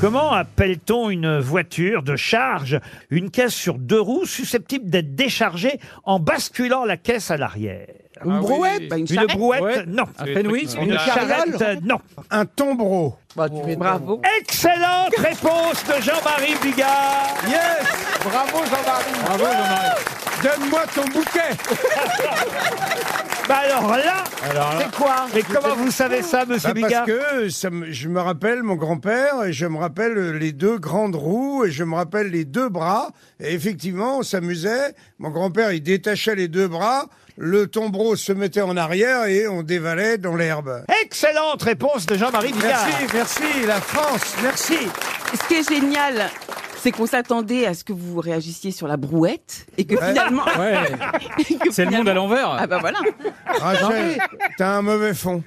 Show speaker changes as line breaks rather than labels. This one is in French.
Comment appelle-t-on une voiture de charge, une caisse sur deux roues susceptible d'être déchargée en basculant la caisse à l'arrière
Une Ah oui. brouette, bah, une
Une
charrette.
brouette,
Brouette.
non.
Ah.
Un Fenwick,
Une
une Bah,
charrette, euh,
carriole.
non. Un tombereau.
Bravo.
Excellente réponse de Jean-Marie Bigard.
Yes Bravo Jean-Marie. Bravo Jean-Marie. Donne-moi ton bouquet.
bah alors là,
c'est quoi
Mais comment vous savez ça, monsieur
Bah,
Bigard
Parce que ça me- je me rappelle mon grand-père, et je me rappelle euh, les deux grandes roues, et je me rappelle les deux bras. Et effectivement, on s'amusait. Mon grand-père, il détachait les deux bras, le tombereau se mettait en arrière et on dévalait dans l'herbe.
Excellente réponse de Jean-Marie
Merci,
Bigard.
merci, la France, merci.
Ce qui est génial, c'est qu'on s'attendait à ce que vous réagissiez sur la brouette et que
Ouais.
finalement.
Ouais.
et que
C'est le monde à l'envers.
Ah bah voilà.
Rachel, t'as un mauvais fond.